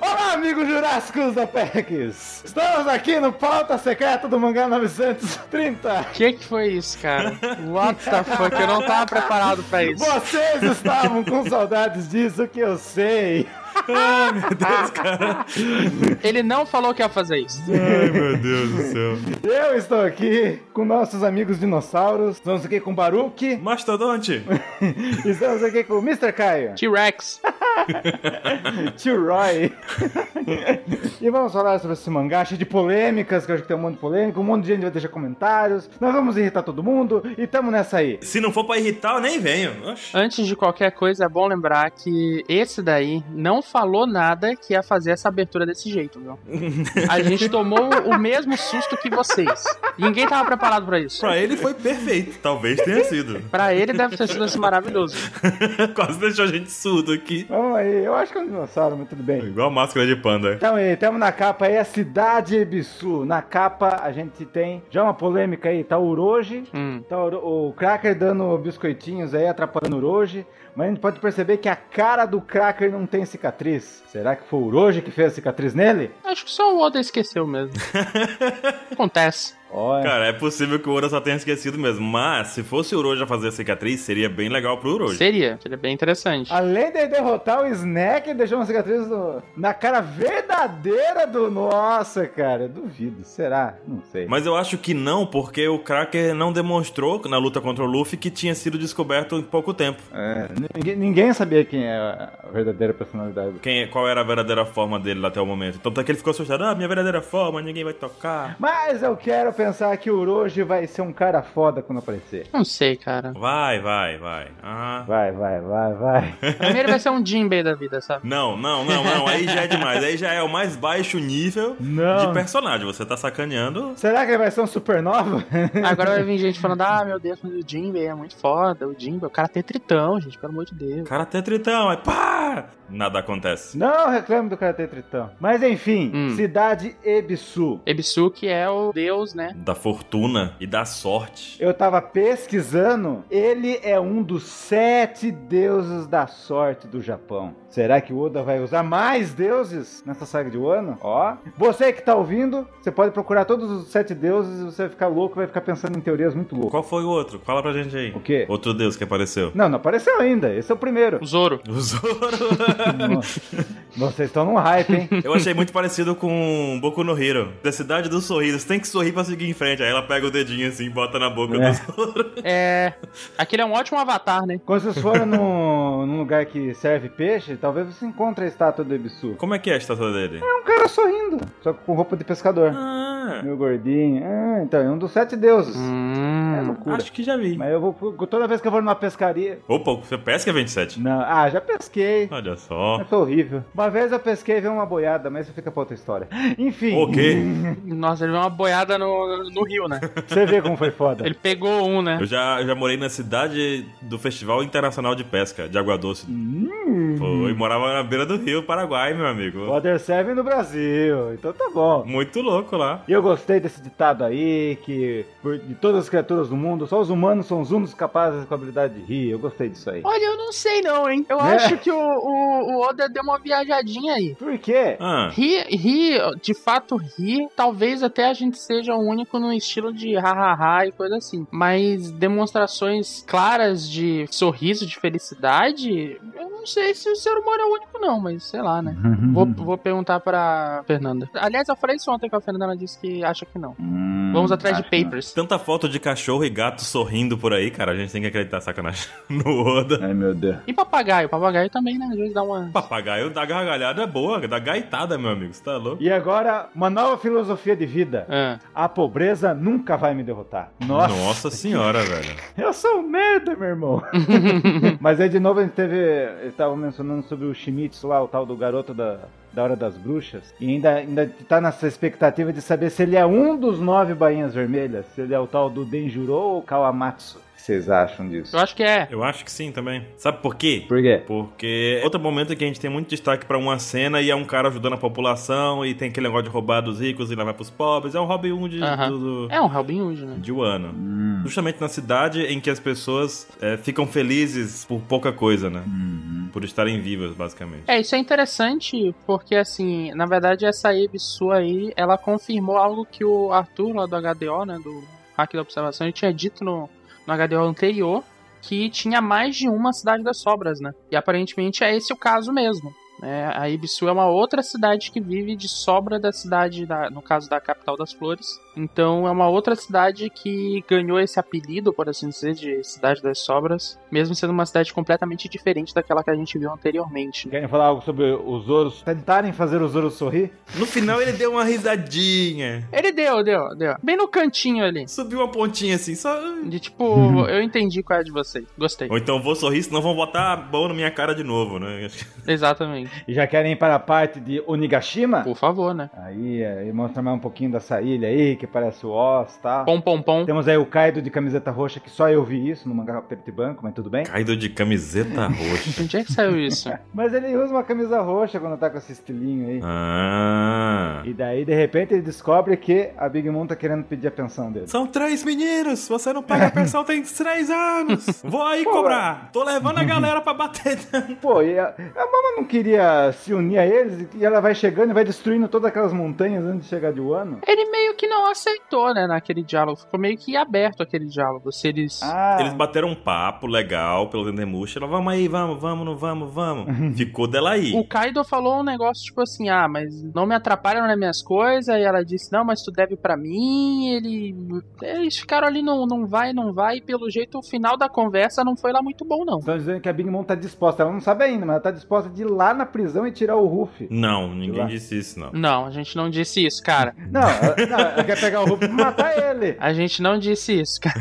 Olá, amigos jurássicos da PEX! Estamos aqui no Pauta Secreta do Mangá 930. Que que foi isso, cara? What the fuck? Eu não tava preparado pra isso. Vocês estavam com saudades disso que eu sei. Ai, Ah, meu Deus, cara. Ele não falou que ia fazer isso. Ai, meu Deus do céu. Eu estou aqui com nossos amigos dinossauros. Estamos aqui com o Baruque. Mastodonte. Estamos aqui com o Mr. Caio, T-Rex. tio Roy. e vamos falar sobre esse mangá cheio de polêmicas, que eu acho que tem um monte de polêmica. Um monte de gente vai deixar comentários. Nós vamos irritar todo mundo e tamo nessa aí. Se não for pra irritar, eu nem venho. Oxe. Antes de qualquer coisa, é bom lembrar que esse daí não falou nada que ia fazer essa abertura desse jeito, viu? A gente tomou o mesmo susto que vocês. Ninguém tava preparado pra isso. Pra ele foi perfeito. Talvez tenha sido. Pra ele deve ter sido assim maravilhoso. Quase deixou a gente surdo aqui. Vamos aí. Eu acho que é um dinossauro, mas tudo bem. Igual máscara de panda. Então aí, tamo na capa aí a cidade Ebisu. Na capa a gente tem já é uma polêmica aí, tá o Uroji, Hum. tá o, o Cracker dando biscoitinhos aí, atrapalhando o Uroji, mas a gente pode perceber que a cara do Cracker não tem cicatriz. Será que foi o Uroji que fez a cicatriz nele? Acho que só o Oda esqueceu mesmo. Acontece. Olha, Cara, é possível que o Oda só tenha esquecido mesmo. Mas, se fosse o Uroji a fazer a cicatriz, seria bem legal pro Uroji. Seria. Seria bem interessante. além de derrotar o Snack, deixou uma cicatriz no- na cara verdadeira do... Nossa, cara, duvido. Será? Não sei. Mas eu acho que não, porque o Cracker não demonstrou na luta contra o Luffy que tinha sido descoberto em pouco tempo. É, ninguém, ninguém sabia quem é a verdadeira personalidade do Quem, qual era a verdadeira forma dele até o momento. Então até que ele ficou assustado. Ah, minha verdadeira forma, ninguém vai tocar. Mas eu quero pensar que o Orochi vai ser um cara foda quando aparecer. Não sei, cara. Vai, vai, vai. Ah. Vai, vai, vai, vai. Primeiro vai ser um Jinbei da vida, sabe? Não, não, não, não. Aí já é demais. Aí já é o mais baixo nível Não. de personagem. Você tá sacaneando. Será que ele vai ser um supernova? Agora vai vir gente falando, ah, meu Deus, mas o Jinbei é muito foda, o Jinbei, o cara tem tritão, gente, pelo amor de O Deus. cara até tritão, aí pá! Nada acontece. Não reclame do Karate Tritão. Mas enfim, Hum. cidade Ebisu. Ebisuki é o deus, né? Da fortuna e da sorte. Eu tava pesquisando, ele é um dos sete deuses da sorte do Japão. Será que o Oda vai usar mais deuses nessa saga de Wano? Ó, você que tá ouvindo, você pode procurar todos os sete deuses e você vai ficar louco, vai ficar pensando em teorias muito loucas. Qual foi o outro? Fala pra gente aí. O quê? Outro deus que apareceu. Não, não apareceu ainda. Esse é o primeiro. O Zoro. O Zoro. Nossa, Vocês estão num hype, hein? Eu achei muito parecido com Boku no Hero. Da cidade dos sorrisos. Tem que sorrir pra seguir em frente. Aí ela pega o dedinho assim e bota na boca É. do Zoro. É. Aquele é um ótimo avatar, né? Quando vocês forem num, num lugar que serve peixe, talvez você encontre a estátua do Ebisu. Como é que é a estátua dele? É um cara sorrindo, só que com roupa de pescador. Ah, Meu gordinho. Ah, então, é um dos sete deuses. É Hum. loucura. acho que já vi. Mas eu vou. Toda vez que eu vou numa pescaria. Opa, você pesca 27? Não, ah, já pesquei. Olha só. Mas foi horrível. Uma vez eu pesquei e vi uma boiada, mas isso fica pra outra história. Enfim, O quê? É, Nossa, ele deu uma boiada no, no rio, né? você vê como foi foda. Ele pegou um, né? Eu já, eu já morei na cidade do Festival Internacional de Pesca, de Água Doce. Hum, Pô, e morava na beira do rio Paraguai, meu amigo. Water 7 no Brasil, então tá bom. Muito louco lá. E eu gostei desse ditado aí, que por- de todas as criaturas do mundo, só os humanos são os únicos capazes com a habilidade de rir. Eu gostei disso aí. Olha, eu não sei não, hein? Eu É. acho que o, o, o Oda deu uma viajadinha aí. Por quê? Ah, Ri, ri, de fato ri, talvez até a gente seja o único no estilo de hahaha e coisa assim. Mas demonstrações claras de sorriso, de felicidade, eu não sei se o ser humano é o único não, mas sei lá, né? Vou, Uhum. vou perguntar pra Fernanda. Aliás, eu falei isso ontem com a Fernanda, ela disse que acha que não. Hum, Vamos atrás de acho que não. papers. tanta foto de cachorro e gato sorrindo por aí, cara. A gente tem que acreditar, sacanagem, no Oda. Ai meu Deus. E papagaio? Papagaio também, né? Às vezes dá uma. Papagaio da gargalhada é boa, da gaitada, meu amigo. Você tá louco? E agora, uma nova filosofia de vida. Ah. A pobreza nunca vai me derrotar. Nossa, Nossa senhora, velho. eu sou um merda, meu irmão. Mas aí de novo a gente teve. Eles estavam mencionando sobre o Shimizu lá, o tal do garoto da, da Hora das Bruxas. E ainda, ainda tá nessa expectativa de saber se ele é um dos nove bainhas vermelhas. Se ele é o tal do Denjuro ou Kawamatsu. O que vocês acham disso? Eu acho que é. Eu acho que sim também. Sabe por quê? Por quê? Porque outro momento é que a gente tem muito destaque pra uma cena e é um cara ajudando a população e tem aquele negócio de roubar dos ricos e levar pros pobres. É um Robin Hood de, Aham. do, do- É um Robin Hood, né? de Wano. Hum, Justamente na cidade em que as pessoas é, ficam felizes por pouca coisa, né? Uhum. por estarem vivas, basicamente. É, isso é interessante porque, assim, na verdade, essa Abe sua aí, ela confirmou algo que o Arthur, lá do HDO, né, do Hack da Observação, ele tinha dito no, no HDO anterior que tinha mais de uma Cidade das Sobras, né? E aparentemente é esse o caso mesmo. É, a Ibisu é uma outra cidade que vive de sobra da cidade, da, no caso da capital das flores. Então é uma outra cidade que ganhou esse apelido, por assim dizer, de cidade das sobras, mesmo sendo uma cidade completamente diferente daquela que a gente viu anteriormente. Né? Querem falar algo sobre os ouros? Tentarem fazer os ouros sorrir? No final ele deu uma risadinha. Ele deu, deu, deu. Bem no cantinho ali. Subiu uma pontinha assim, só. De tipo, eu entendi qual é de vocês. Gostei. Ou então vou sorrir, senão vão botar a mão na minha cara de novo, né? Exatamente. E já querem ir para a parte de Onigashima? Por favor, né? Aí, aí mostra mais um pouquinho dessa ilha aí, que parece o Oz, tá? Pom, pom, pom. Temos aí o Kaido de camiseta roxa, que só eu vi isso no mangá Pepti Banco, mas tudo bem. Kaido de camiseta roxa. Onde é que saiu isso? mas ele usa uma camisa roxa quando tá com esse estilinho aí. Ah. E daí, de repente, ele descobre que a Big Mom tá querendo pedir a pensão dele. São três meninos, você não paga a pensão tem três anos. Vou aí Pô, cobrar. Tô levando a galera pra bater. Pô, e a, a mama não queria se unir a eles e ela vai chegando e vai destruindo todas aquelas montanhas antes de chegar de Wano. Ele meio que não aceitou, né, naquele diálogo. Ficou meio que aberto aquele diálogo. Se eles. Ah. Eles bateram um papo legal pelo Dendemush. Ela, vamos aí, vamos, vamos, não vamos, vamos. Ficou dela aí. O Kaido falou um negócio tipo assim: ah, mas não me atrapalham nas minhas coisas. E ela disse: não, mas tu deve para mim. E ele. Eles ficaram ali, não, não vai, não vai. E pelo jeito, o final da conversa não foi lá muito bom, não. Estão dizendo que a Big Mom tá disposta. Ela não sabe ainda, mas ela tá disposta de ir lá na prisão e tirar o Ruff. Não, ninguém disse isso, não. Não, a gente não disse isso, cara. Não, não, ela quer pegar o Ruff e matar ele. A gente não disse isso, cara.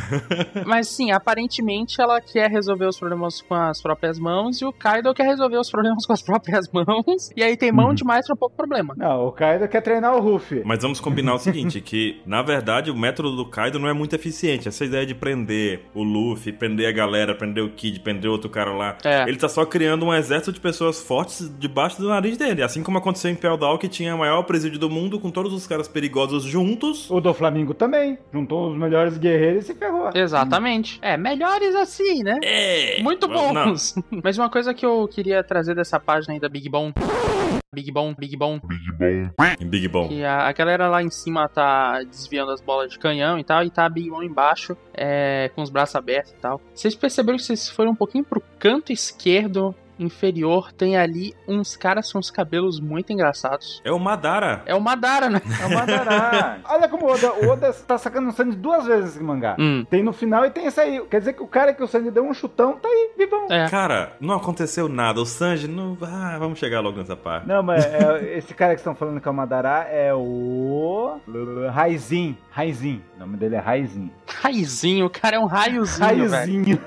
Mas sim, aparentemente ela quer resolver os problemas com as próprias mãos e o Kaido quer resolver os problemas com as próprias mãos. E aí tem Uhum. mão demais pra pouco problema. Não, o Kaido quer treinar o Ruff. Mas vamos combinar o seguinte, que na verdade o método do Kaido não é muito eficiente. Essa ideia de prender o Luffy, prender a galera, prender o Kid, prender outro cara lá. É. Ele tá só criando um exército de pessoas fortes debaixo do nariz dele. Assim como aconteceu em Pell Down, que tinha o maior presídio do mundo com todos os caras perigosos juntos. O do Flamengo também. Juntou os melhores guerreiros e se ferrou. Exatamente. É, melhores assim, né? É. Muito Não. bons. Mas uma coisa que eu queria trazer dessa página aí da Big Bom. Big Bom, Big Bom. Em Big Bom. Que a, a galera lá em cima tá desviando as bolas de canhão e tal, e tá a Big Mom embaixo, é, com os braços abertos e tal. Vocês perceberam que vocês foram um pouquinho pro canto esquerdo inferior, tem ali uns caras com os cabelos muito engraçados. É o Madara. É o Madara, né? É o Madará. Olha como o Oda, o Oda tá sacando o Sandy duas vezes esse mangá. Hum. Tem no final e tem esse aí. Quer dizer que o cara que o Sandy deu um chutão tá aí, vivão. É. Cara, não aconteceu nada. O Sanji não. Ah, vamos chegar logo nessa parte. Não, mas é, esse cara que estão falando que é o Madará é o. Raizin. Raizin. O nome dele é Raizin. Raizinho, o cara é um raiozinho, velho. Raizinho.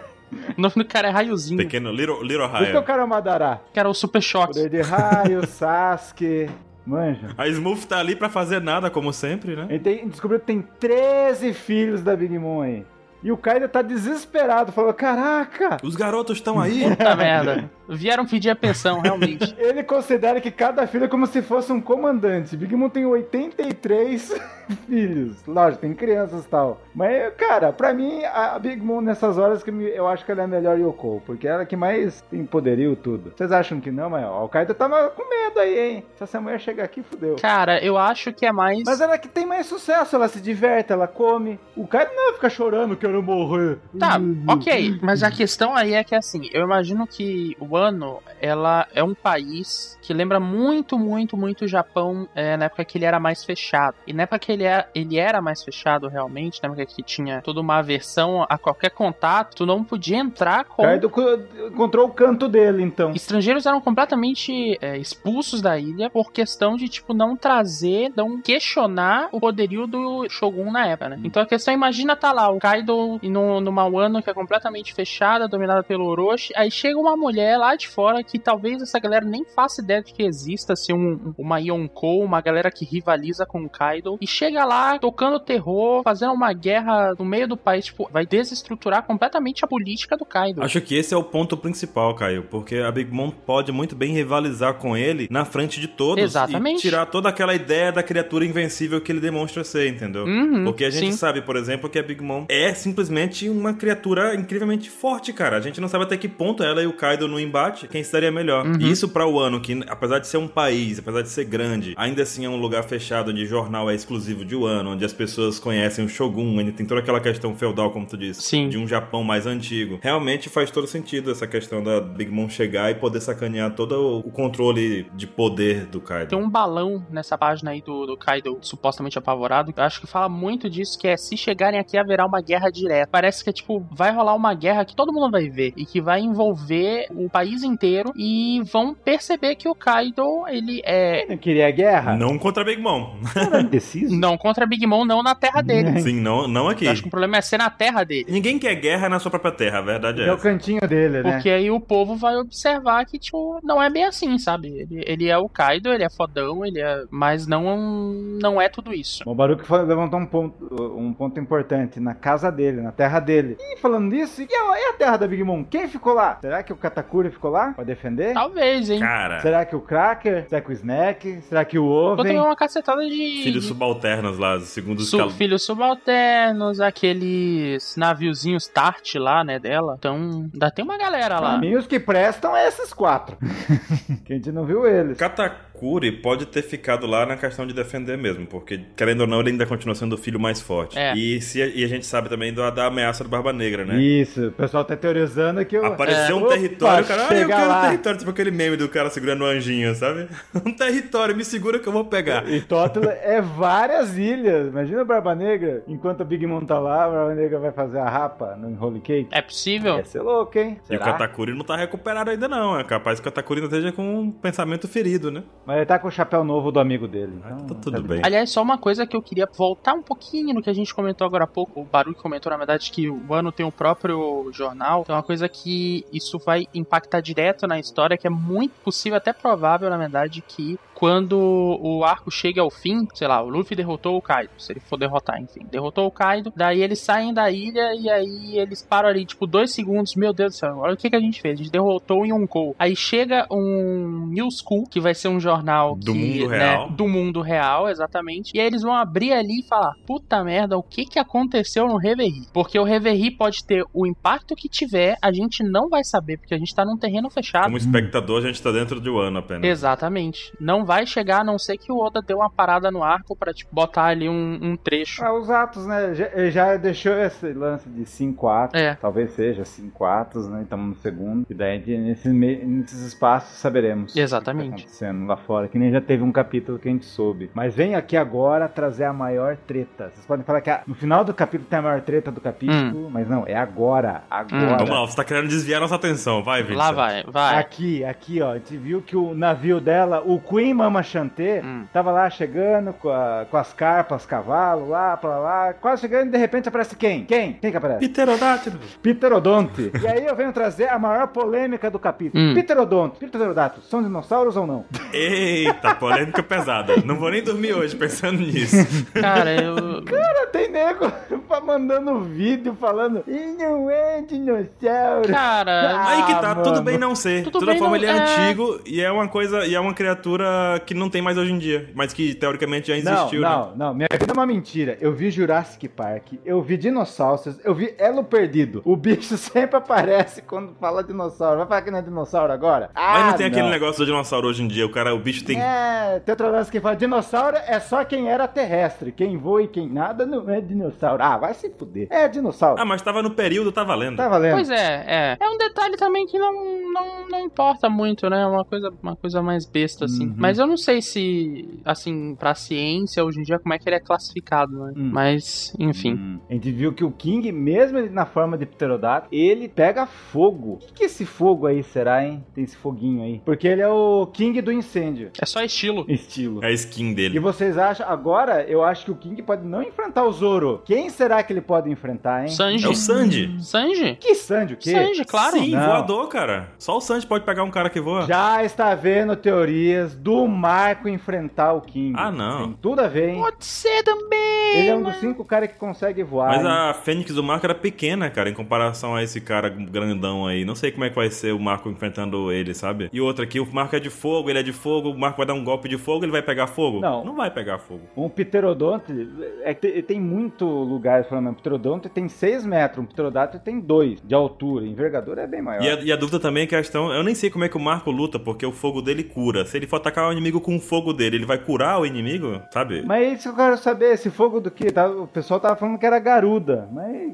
O nome do cara é raiozinho. Pequeno Little, little Por isso que o Raio. cara é o Madará. Cara, é o super choque. Poder de raio, Sasuke. Manja. A Smooth tá ali pra fazer nada, como sempre, né? Ele tem- descobriu que tem 13 filhos da Big Mom aí. E o Kaido tá desesperado, falou: Caraca! Os garotos estão aí. Puta merda. Vieram pedir a pensão, realmente. Ele considera que cada filho é como se fosse um comandante. Big Mom tem 83 filhos. Lógico, tem crianças e tal. Mas, cara, pra mim, a Big Mom nessas horas, que me- eu acho que ela é a melhor Yoko. Porque ela é que mais tem poderio tudo. Vocês acham que não, mas ó, o Kaido tava com medo aí, hein? Se essa mulher chegar aqui, fudeu. Cara, eu acho que é mais. Mas ela é que tem mais sucesso, ela se diverte, ela come. O Kaido não fica chorando, quero morrer. Tá, Uhum. ok. Mas a questão aí é que assim, eu imagino que o ano ela é um país que lembra muito, muito, muito o Japão é, na época que ele era mais fechado. E na época que ele era, ele era mais fechado realmente, na época que tinha toda uma aversão a qualquer contato, tu não podia entrar com. Kaido co- encontrou o canto dele, então. Estrangeiros eram completamente é, expulsos da ilha por questão de, tipo, não trazer, não questionar o poderio do Shogun na época, Uhum. né? Então a questão, imagina tá lá o Kaido e no, numa Wano que é completamente fechada, dominada pelo Orochi, aí chega uma mulher lá de fora que talvez essa galera nem faça ideia de que exista, assim, um, uma Yonkou, uma galera que rivaliza com o Kaido, e chega lá tocando terror, fazendo uma guerra no meio do país, tipo, vai desestruturar completamente a política do Kaido. Acho que esse é o ponto principal, Caio, porque a Big Mom pode muito bem rivalizar com ele na frente de todos Exatamente. e tirar toda aquela ideia da criatura invencível que ele demonstra ser, entendeu? Uhum, Porque a sim. gente sabe, por exemplo, que a Big Mom é simplesmente uma criatura incrivelmente forte, cara. A gente não sabe até que ponto ela e o Kaido no embate, quem se daria melhor. Uhum. E isso pra o ano que, apesar de ser um país, apesar de ser grande, ainda assim é um lugar fechado onde jornal é exclusivo de Wano, onde as pessoas conhecem o Shogun, ainda tem toda aquela questão feudal, como tu disse, Sim. de um Japão mais antigo. Realmente faz todo sentido essa questão da Big Mom chegar e poder sacanear todo o controle de poder do Kaido. Tem um balão nessa página aí do, do Kaido supostamente apavorado. Eu acho que fala muito disso, que é se chegarem aqui haverá uma guerra direta. Parece que é tipo, vai rolar uma guerra que todo mundo vai ver e que vai envolver o país inteiro e vão perceber que o Kaido, ele é... Ele não queria Então, guerra? Não contra a Big Mom. Era indeciso? Não contra Big Mom, não na terra dele. Sim, não, não aqui. Eu acho que o problema é ser na terra dele. Ninguém quer guerra na sua própria terra, a verdade é É o essa. cantinho dele, né? Porque aí o povo vai observar que, tipo, não é bem assim, sabe? Ele, ele é o Kaido, ele é fodão, ele é. Mas não, não é tudo isso. O Baruque foi- levantou um ponto, um ponto importante, na casa dele, na terra dele. E falando nisso, e a, e a terra da Big Mom? Quem ficou lá? Será que o Katakuri ficou lá pra defender? Talvez, hein? Cara, Será que o Cracker? Será que o Snack? Será que o Vou Oven? um tomar uma cacetada de. filhos de... subalternos lá, segundo os su- cal... filhos subalternos, aqueles naviozinhos Tart lá, né, dela. Então, ainda tem uma galera Pra lá. mim, os que prestam é esses quatro. que a gente não viu eles. Katakuri pode ter ficado lá na questão de defender mesmo, porque, querendo ou não, ele ainda continua sendo o filho mais forte. É. E, se, e a gente sabe também da, da ameaça do Barba Negra, né? Isso, o pessoal tá teorizando que o... Apareceu um Opa, território, o cara, ah, eu chega quero lá. um território, tipo aquele meme do cara segurando o anjinho, sabe? Um território, me segura que eu vou pegar. E Tótula é várias ilhas. Imagina a Barba Negra. Enquanto a Big Mom tá lá, a Barba Negra vai fazer a rapa no Holy Cake. É possível? Ia ser louco, hein? E o Será? Katakuri não tá recuperado ainda não, é capaz que o Katakuri ainda esteja com um pensamento ferido, né? Mas ele tá com o chapéu novo do amigo dele. Ah, então tá tudo de bem. Aliás, só uma coisa que eu queria voltar um pouquinho no que a gente comentou agora há pouco. O Baruch comentou, na verdade, que o ano tem o próprio jornal. Então, é uma coisa que isso vai impactar direto na história, que é muito possível, até provável, na verdade, que quando o arco chega ao fim, sei lá, o Luffy derrotou o Kaido, se ele for derrotar, enfim, derrotou o Kaido, daí eles saem da ilha e aí eles param ali, tipo, dois segundos, meu Deus do céu, olha o que, que a gente fez, a gente derrotou o Yonkou. Aí chega um New School, que vai ser um jornal Do que, mundo né, real. do mundo real, exatamente. E aí eles vão abrir ali e falar: puta merda, o que que aconteceu no Reverie? Porque o Reverie pode ter o impacto que tiver, a gente não vai saber, porque a gente tá num terreno fechado. Como espectador, a gente tá dentro de Wano apenas. Exatamente. Não vai chegar, a não ser que o Oda dê uma parada no arco pra tipo, botar ali um, um trecho. Ah, os atos, né? Já- Ele já deixou esse lance de cinco atos. É. Talvez seja cinco atos, né? Estamos no segundo. E daí, de- nesse mei- nesses espaços, saberemos. O que tá Exatamente. acontecendo lá fora, que nem já teve um capítulo que a gente soube. Mas vem aqui agora trazer a maior treta. Vocês podem falar que a- no final do capítulo tem a maior treta do Hum. capítulo, mas não, é agora. Agora. Vamos lá, você tá querendo desviar nossa atenção, vai, Ah, Vincent. Lá vai, vai. Aqui, aqui, ó. A gente viu que o navio dela, o Queen Mama Chanté, Hum. tava lá chegando com, a- com as carpas, cavalo, lá pra lá, quase chegando e de repente aparece quem? Quem? Quem que aparece? Pterodátilo. Pterodonte. e aí eu venho trazer a maior polêmica do capítulo. Hum. Pterodonte, Pterodato, são dinossauros ou não? Eita, polêmica pesada. Não vou nem dormir hoje pensando nisso. Cara, eu. Tem nego mandando vídeo falando, e não é dinossauro. Cara. Aí que tá, Ah, tudo mano. bem não ser. Tudo de toda bem forma, não- ele é, é. antigo e é uma coisa, e é uma criatura que não tem mais hoje em dia, mas que teoricamente já Não, existiu, né? não, não, minha vida é uma mentira. Eu vi Jurassic Park, eu vi dinossauros, eu vi Elo Perdido. O bicho sempre aparece quando fala dinossauro. Vai falar que não é dinossauro agora? Mas Ah, não tem aquele negócio do dinossauro hoje em dia. O cara, o bicho tem. É, tem outra lance que fala, dinossauro é só quem era terrestre. Quem voa e quem nada não é dinossauro. Ah, vai se fuder. É dinossauro. Ah, mas tava no período, tá valendo. tá valendo. Pois é, é. É um detalhe também que não, não, não importa muito, né? É uma coisa, uma coisa mais besta, assim. Uhum. Mas eu não sei se, assim, pra ciência hoje em dia, como é que ele é classificado, né? Hum. Mas, enfim. Hum. A gente viu que o King, mesmo ele na forma de pterodato, ele pega fogo. O que, que esse fogo aí será, hein? Tem esse foguinho aí. Porque ele é o King do incêndio. É só estilo. Estilo. É a skin E dele. vocês acham, agora eu acho que o King pode não enfrentar o Zoro. Quem será que ele pode enfrentar, hein? Sanji. É o Sandy. Sanji? Que Sanji, o quê? Sanji, claro. Sim, Não. voador, cara. Só o Sandy pode pegar um cara que voa. Já está havendo teorias do o Marco enfrentar o King. Ah, não. Tem tudo a ver, hein? Pode ser também. Ele é um dos cinco caras que consegue voar. Mas hein? a Fênix do Marco era pequena, cara, em comparação a esse cara grandão aí. Não sei como é que vai ser o Marco enfrentando ele, sabe? E outra aqui, o Marco é de fogo, ele é de fogo, o Marco vai dar um golpe de fogo, ele vai pegar fogo? Não. Não vai pegar fogo. Um pterodonte é, que te- tem muito lugar falando, um pterodonte tem 6 metros, um pterodáctilo tem 2 de altura, envergadura é bem maior. E a, e a dúvida também é a questão, eu nem sei como é que o Marco luta, porque o fogo dele cura. Se ele for atacar o inimigo com o fogo dele, ele vai curar o inimigo, sabe? Mas isso que eu quero saber, esse fogo do que? Tá, o pessoal tava falando que era garuda, mas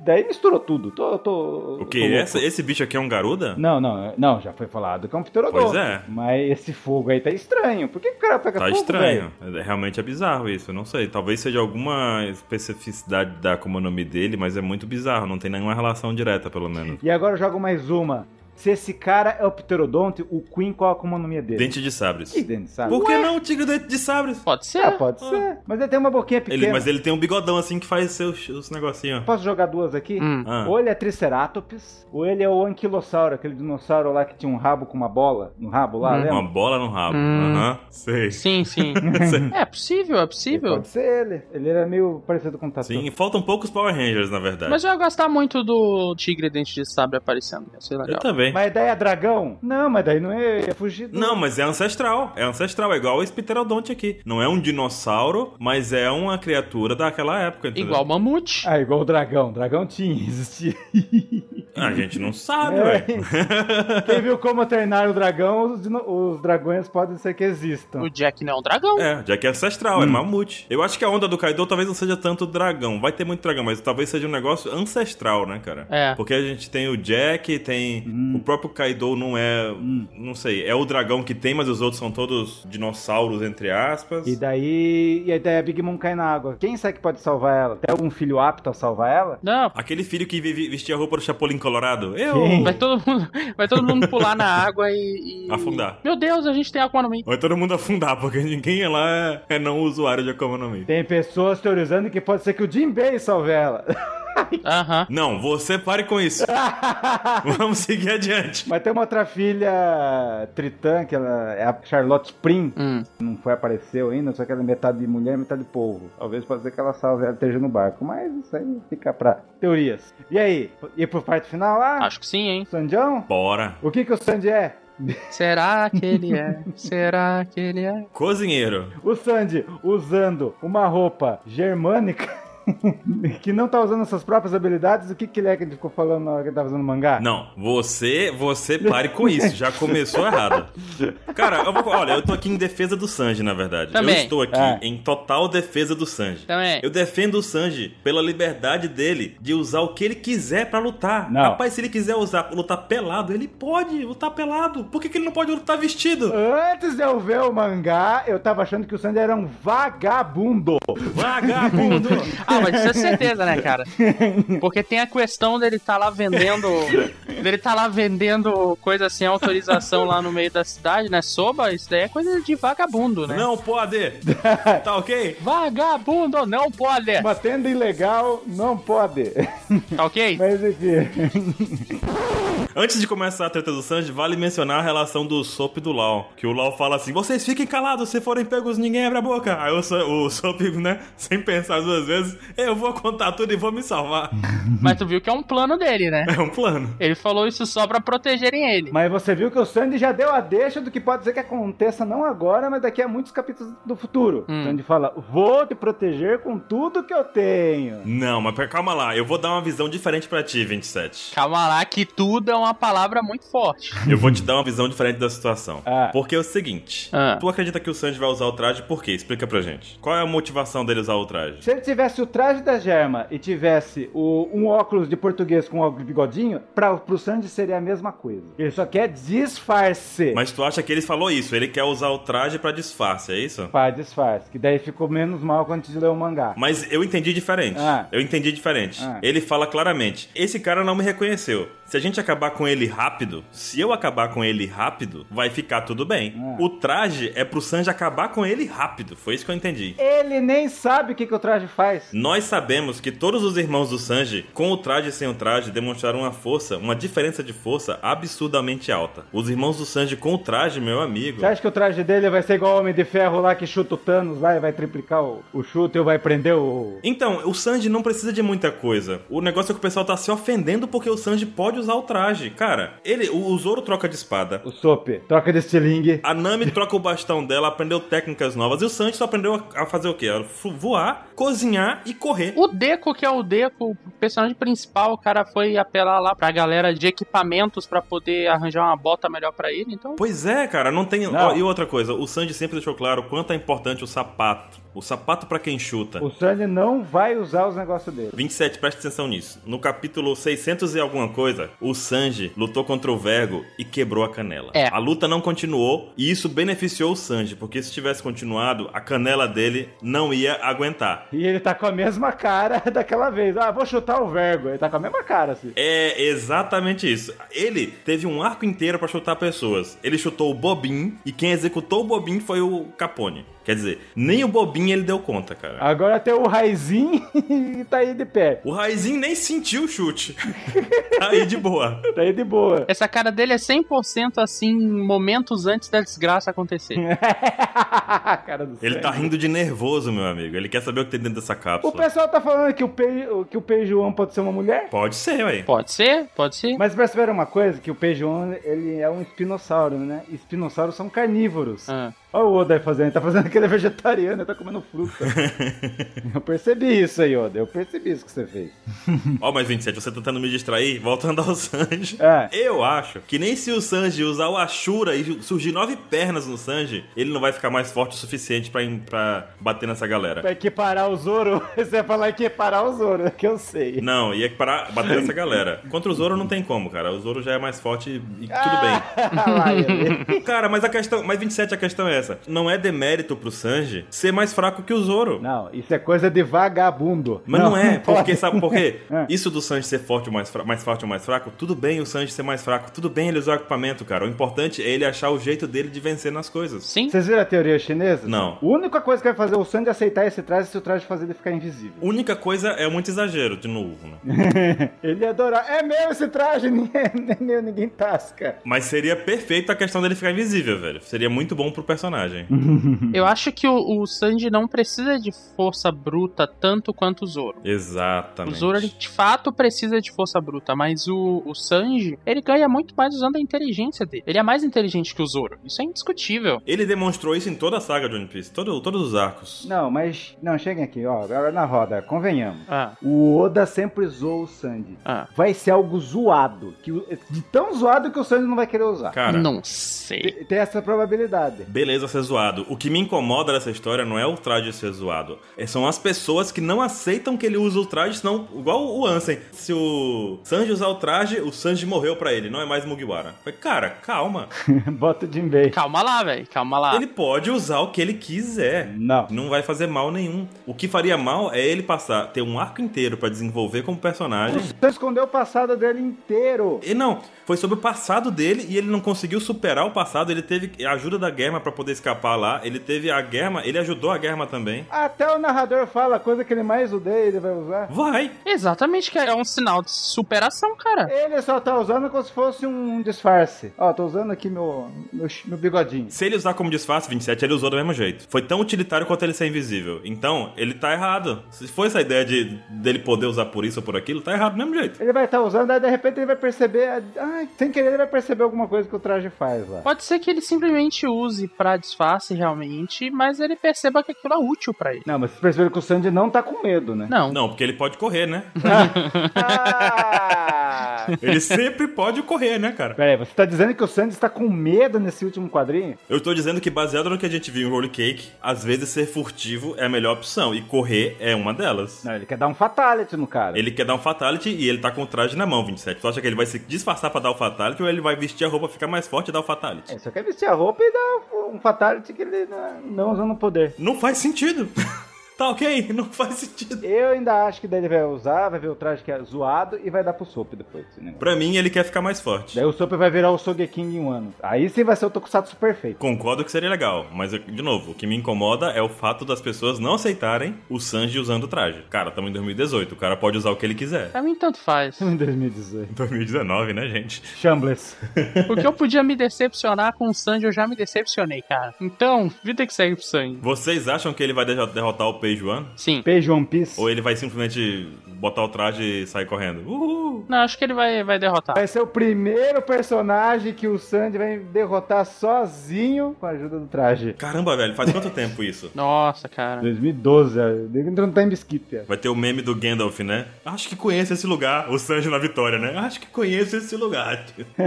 daí misturou tudo. Tô, tô, O tô que? louco. Essa- esse bicho aqui é um garuda? Não, não, não, já foi falado que é um pterodonte. Pois é. Mas esse fogo aí tá estranho. Por que, que o cara pega Tá fogo, estranho. É, Realmente é bizarro isso. Eu não sei. Talvez seja alguma especificidade da como é o nome dele, mas é muito bizarro. Não tem nenhuma relação direta, pelo menos. E agora eu jogo mais uma. Se esse cara é o pterodonte, o Queen qual a economia dele? Dente de sabres. Que dente, sabe? Por que não o tigre dente de sabres? Pode ser. Ah, pode ser. Mas ele tem uma boquinha pequena. Ele, mas ele tem um bigodão assim que faz seus, os negocinhos. Posso jogar duas aqui? Hum. Ah. Ou ele é Triceratops, ou ele é o Anquilossauro, aquele dinossauro lá que tinha um rabo com uma bola no rabo lá, Hum. lembra? Uma bola no rabo. Hum. Aham. Sei. Sim, sim. Sei. é possível, é possível. Pode ser ele. Ele era meio parecido com o Tatu. Sim, faltam poucos Power Rangers, na verdade. Mas eu ia gostar muito do Tigre Dente de Sabre aparecendo. Ia ser Eu legal. também. Mas daí é dragão? Não, mas daí não é, é fugido. Não, mas é ancestral. É ancestral, é igual esse pterodonte aqui. Não é um dinossauro, mas é uma criatura daquela época. Entendeu? Igual Mamute. Ah, igual o dragão. Dragão tinha, existia. A gente não sabe, É. velho. Quem viu como treinar o dragão, os, dino- os dragões podem ser que existam. O Jack não é um dragão. É, já que é ancestral, é Hum. mamute. Eu acho que a onda do Kaido talvez não seja tanto dragão. Vai ter muito dragão, mas talvez seja um negócio ancestral, né, cara? É. Porque a gente tem o Jack, tem. O próprio Kaido não é. Não sei. É o dragão que tem, mas os outros são todos dinossauros, entre aspas. E daí, e aí daí a é Big Mom cai na água. Quem será que pode salvar ela? Tem algum filho apto a salvar ela? Não. Aquele filho que vi- vi- vestia a roupa do Chapolin Colorado. Eu. Quem? Vai todo mundo, vai todo mundo pular na água e, e- Afundar. Meu Deus, a gente tem Aquaman. Vai todo mundo afundar, porque ninguém lá é, é não usuário de Akuma no Mi. Tem pessoas teorizando que pode ser que o Jinbei salve ela. Aham. Não, você pare com isso. Vamos seguir adiante. Mas tem uma outra filha tritã, que ela é a Charlotte Spring, Hum. não foi apareceu ainda, só que ela é metade de mulher e metade de polvo. Talvez possa ser que ela salve ela esteja no barco, mas isso aí fica pra teorias. E aí, e pro parte final lá? Ah. Acho que sim, hein? Sanjão? Bora. O que que o Sandy é? Será que ele é? Será que ele é? Cozinheiro. O Sandy usando uma roupa germânica que não tá usando suas próprias habilidades, o que que ele é que ele ficou falando na hora que ele tava usando o mangá? Não, você, você pare com isso. Já começou errado. Cara, eu vou, olha, eu tô aqui em defesa do Sanji, na verdade. Eu Também. estou aqui Ah. em total defesa do Sanji. Também. Eu defendo o Sanji pela liberdade dele de usar o que ele quiser pra lutar. Não. Rapaz, se ele quiser usar lutar pelado, ele pode lutar pelado. Por que, que ele não pode lutar vestido? Antes de eu ver o mangá, eu tava achando que o Sandy era um vagabundo. Vagabundo! Ah, mas isso é certeza, né, cara? Porque tem a questão dele tá lá vendendo. dele tá lá vendendo coisa sem autorização lá no meio da cidade, né? Soba, isso daí é coisa de vagabundo, né? Não pode! Tá ok? Vagabundo não pode! Uma tenda ilegal não pode. Tá ok? Mas enfim. Antes de começar a treta do Sanji, vale mencionar a relação do Sop e do Lau. Que o Lau fala assim: vocês fiquem calados, se forem pegos, ninguém abre a boca. Aí o, Sa- o Sop, né, sem pensar duas vezes, eu vou contar tudo e vou me salvar. Mas tu viu que é um plano dele, né? É um plano. Ele falou isso só pra protegerem ele. Mas você viu que o Sandy já deu a deixa do que pode ser que aconteça não agora, mas daqui a muitos capítulos do futuro. Hum. Sandy fala: "Vou te proteger com tudo que eu tenho". Não, mas pera- calma lá, eu vou dar uma visão diferente pra ti, 27. Calma lá, que tudo é uma palavra muito forte. Eu vou te dar uma visão diferente da situação. Ah. Porque é o seguinte: Ah. tu acredita que o Sanji vai usar o traje por quê? Explica pra gente. Qual é a motivação dele usar o traje? Se ele tivesse o traje da Germa e tivesse o- um óculos de português com óculos de bigodinho, pra, pro Sandy seria a mesma coisa. Ele só quer disfarce. Mas tu acha que ele falou isso? Ele quer usar o traje pra disfarce, é isso? Pá, disfarce. Que daí ficou menos mal quando a gente leu o mangá. Mas eu entendi diferente. Ah. Eu entendi diferente. Ah. Ele fala claramente: esse cara não me reconheceu. Se a gente acabar com ele rápido, se eu acabar com ele rápido, vai ficar tudo bem. Ah. O traje é pro Sanji acabar com ele rápido. Foi isso que eu entendi. Ele nem sabe o que, que o traje faz. Nós sabemos que todos os irmãos do Sanji, com o traje e sem o traje, demonstraram uma força, uma diferença de força absurdamente alta. Os irmãos do Sanji com o traje, meu amigo. Você acha que o traje dele vai ser igual o Homem de Ferro lá que chuta o Thanos lá e vai triplicar o, o chute ou vai prender o. Então, o Sanji não precisa de muita coisa. O negócio é que o pessoal tá se ofendendo porque o Sanji pode usar o traje. Cara, ele, o, o Zoro troca de espada. o Sop? Troca de estilingue. A Nami troca o bastão dela, aprendeu técnicas novas. E o Sanji só aprendeu a a fazer o quê? A fu- voar, cozinhar e correr. O Deco, que é o Deco, o personagem principal, o cara foi apelar lá pra galera de equipamentos pra poder arranjar uma bota melhor pra ele, então. Pois é, cara, não tem. Não. Ó, e outra coisa, o Sanji sempre deixou claro o quanto é importante o sapato. O sapato pra quem chuta. O Sanji não vai usar os negócios dele. 27, presta atenção nisso. No capítulo 600 e alguma coisa, o Sanji lutou contra o Vergo e quebrou a canela. É. A luta não continuou e isso beneficiou o Sanji, porque se tivesse continuado, a canela dele não ia aguentar. E ele tá com a mesma cara daquela vez. Ah, vou chutar o vergo. Ele tá com a mesma cara, assim. É exatamente isso. Ele teve um arco inteiro pra chutar pessoas. Ele chutou o Bobin e quem executou o Bobin foi o Capone. Quer dizer, nem o Bobin ele deu conta, cara. Agora tem o Raizinho e tá aí de pé. O Raizinho nem sentiu o chute. Tá Aí de boa. Tá aí de boa. Essa cara dele é 100% assim, momentos antes da desgraça acontecer. cara do Ele céu. tá rindo de nervoso, meu amigo. Ele quer saber o que tem dentro dessa É. O cápsula. pessoal tá falando que o, Pei, que o Peijuan pode ser uma mulher? Pode ser, ué. Pode ser, pode ser. Mas perceberam uma coisa? Que o Peijuan, ele é um espinossauro, né? Espinossauros são carnívoros. Ah. Olha o Oda aí fazendo. Ele tá fazendo aquele vegetariano, ele tá comendo fruta. eu percebi isso aí, Oda. Eu percebi isso que você fez. Hum. Ó, mas 27, você tá tentando me distrair, voltando ao Sanji. É. Eu acho que nem se o Sanji usar o Ashura e surgir nove pernas no Sanji, ele não vai ficar mais forte o suficiente pra, pra bater nessa galera. Pra equiparar o Zoro, você vai falar equiparar o Zoro, é que eu sei. Não, ia pra bater nessa galera. Contra o Zoro não tem como, cara. O Zoro já é mais forte e tudo bem. Ah. Lá ele. Cara, mas a questão. Mas 27, a questão é essa. Não é demérito pro Sanji ser mais fraco que o Zoro. Não, isso é coisa de vagabundo. Mas não, é, pode. porque sabe por quê? É. Isso do Sanji ser forte ou mais, fra- mais forte ou mais fraco, tudo bem o Sanji ser mais fraco, tudo bem ele usar o equipamento, cara. O importante é ele achar o jeito dele de vencer nas coisas. Sim. Vocês viram a teoria chinesa? Não. A única coisa que vai fazer o Sandy aceitar esse traje é se o traje fazer ele ficar invisível. Única coisa é muito exagero, de novo, né? Ele ia adorar. É meu esse traje, ninguém, nem é meu, ninguém tasca. Mas seria perfeito a questão dele ficar invisível, velho. Seria muito bom pro personagem. Hum. Eu acho que o, o Sanji não precisa de força bruta tanto quanto o Zoro. O Exatamente. Zoro, ele de fato precisa de força bruta, mas o, o Sanji, ele ganha muito mais usando a inteligência dele. Ele é mais inteligente que o Zoro. Isso é indiscutível. Ele demonstrou isso em toda a saga de One Piece, todo- todos os arcos. Não, mas. Não, cheguem aqui, ó. Agora na roda, convenhamos. Ah, O Oda sempre zoou o Sandy. ah. Vai ser algo zoado. Que, o- de tão zoado que o Sandy não vai querer usar. Cara, Não sei. Tem- Tem essa probabilidade. Beleza ser zoado. O que me incomoda nessa história não é o traje ser zoado. É- São as pessoas que não aceitam que ele usa o traje, senão, igual o Ansem. Se o Sanji usar o traje, o Sanji morreu pra ele, não é mais Mugiwara. Falei, cara, calma. Bota o Jinbei. Calma lá, velho. Calma lá. Ele pode usar o que ele quiser. Não. Não vai fazer mal nenhum. O que faria mal é ele passar, ter um arco inteiro pra desenvolver como personagem. Você escondeu o passado dele inteiro. E não, foi sobre o passado dele e ele não conseguiu superar o passado. Ele teve a ajuda da Germa pra poder escapar lá. Ele teve a Germa, ele ajudou a Germa também. Até o narrador fala a coisa que ele mais odeia, ele vai usar. Vai! Exatamente, que é um sinal de superação, cara. Ele só tá usando como se fosse um disfarce. Ó, tô usando aqui meu, meu, ch- meu bigodinho. Se ele usar como disfarce 27, ele usou do mesmo jeito. Foi tão utilitário quanto ele ser invisível. Então, ele tá errado. Se for essa ideia de dele poder usar por isso ou por aquilo, tá errado do mesmo jeito. Ele vai estar tá usando, aí de repente ele vai perceber. Ah, sem querer ele vai perceber alguma coisa que o traje faz lá. Pode ser que ele simplesmente use pra disfarce realmente, mas ele perceba que aquilo é útil pra ele. Não, mas vocês perceberam que o Sandy não tá com medo, né? Não. Não, porque ele pode correr, né? Ah! Ele sempre pode correr, né, cara? Peraí, você tá dizendo que o Sandy está com medo nesse último quadrinho? Eu tô dizendo que, baseado no que a gente viu em Roll Cake, às vezes ser furtivo é a melhor opção. E correr é uma delas. Não, ele quer dar um fatality no cara. Ele quer dar um fatality e ele tá com o traje na mão, 27. Tu acha que ele vai se disfarçar pra dar o fatality ou ele vai vestir a roupa, ficar mais forte e dar o fatality? É, só quer vestir a roupa e dar um fatality que ele não, não usando o poder. Não faz sentido. Tá ok? Não faz sentido. Eu ainda acho que daí ele vai usar, vai ver o traje que é zoado e vai dar pro Soap depois. esse negócio. Pra mim, ele quer ficar mais forte. Daí o Soap vai virar o Sogeking em um ano. Aí sim vai ser o Tokusatsu perfeito. Concordo que seria legal, mas eu- de novo, o que me incomoda é o fato das pessoas não aceitarem o Sanji usando o traje. Cara, estamos em 2018, o cara pode usar o que ele quiser. Pra mim, É um tanto faz. Em 2018. 2019, né, gente? Shambles. O que eu podia me decepcionar com o Sanji, eu já me decepcionei, cara. Então, vida que segue pro Sanji. Vocês acham que ele vai derro- derrotar o Peijuan? Sim. Peixe One Piece. Ou ele vai simplesmente botar o traje e sair correndo? Uhul! Não, acho que ele vai, vai derrotar. Vai ser o primeiro personagem que o Sandy vai derrotar sozinho com a ajuda do traje. Caramba, velho, faz quanto tempo isso? Nossa, cara. 2012, é. o nego entrou no time skip. é. Vai ter o meme do Gandalf, né? Acho que conheço esse lugar. O Sanji na vitória, né? Acho que conheço esse lugar.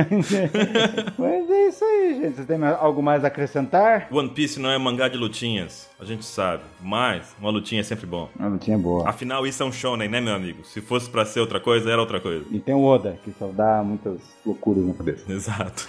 Mas é isso aí, gente. Vocês têm mais- algo mais a acrescentar? One Piece não é mangá de lutinhas, a gente sabe. Mas uma lutinha é sempre bom. Ah, Não, não tinha boa. Afinal, isso é um shonen, né, meu amigo? Se fosse pra ser outra coisa, era outra coisa. E tem o Oda, que só dá muitas loucuras na cabeça. Exato.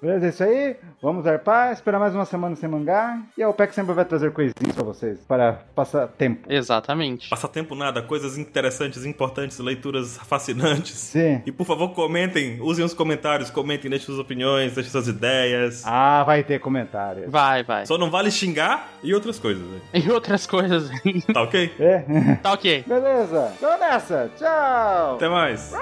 Beleza, é isso aí. Vamos arpar, esperar mais uma semana sem mangá. E a OPEC sempre vai trazer coisinhas pra vocês, para passar tempo. Exatamente. Passatempo nada, coisas interessantes, importantes, leituras fascinantes. Sim. E por favor, comentem, usem os comentários, comentem, deixem suas opiniões, deixem suas ideias. Ah, vai ter comentário. Vai, vai. Só não vale xingar e outras coisas. né? E outras coisas. Tá ok? É? tá ok. Beleza. Então nessa. Tchau. Até mais.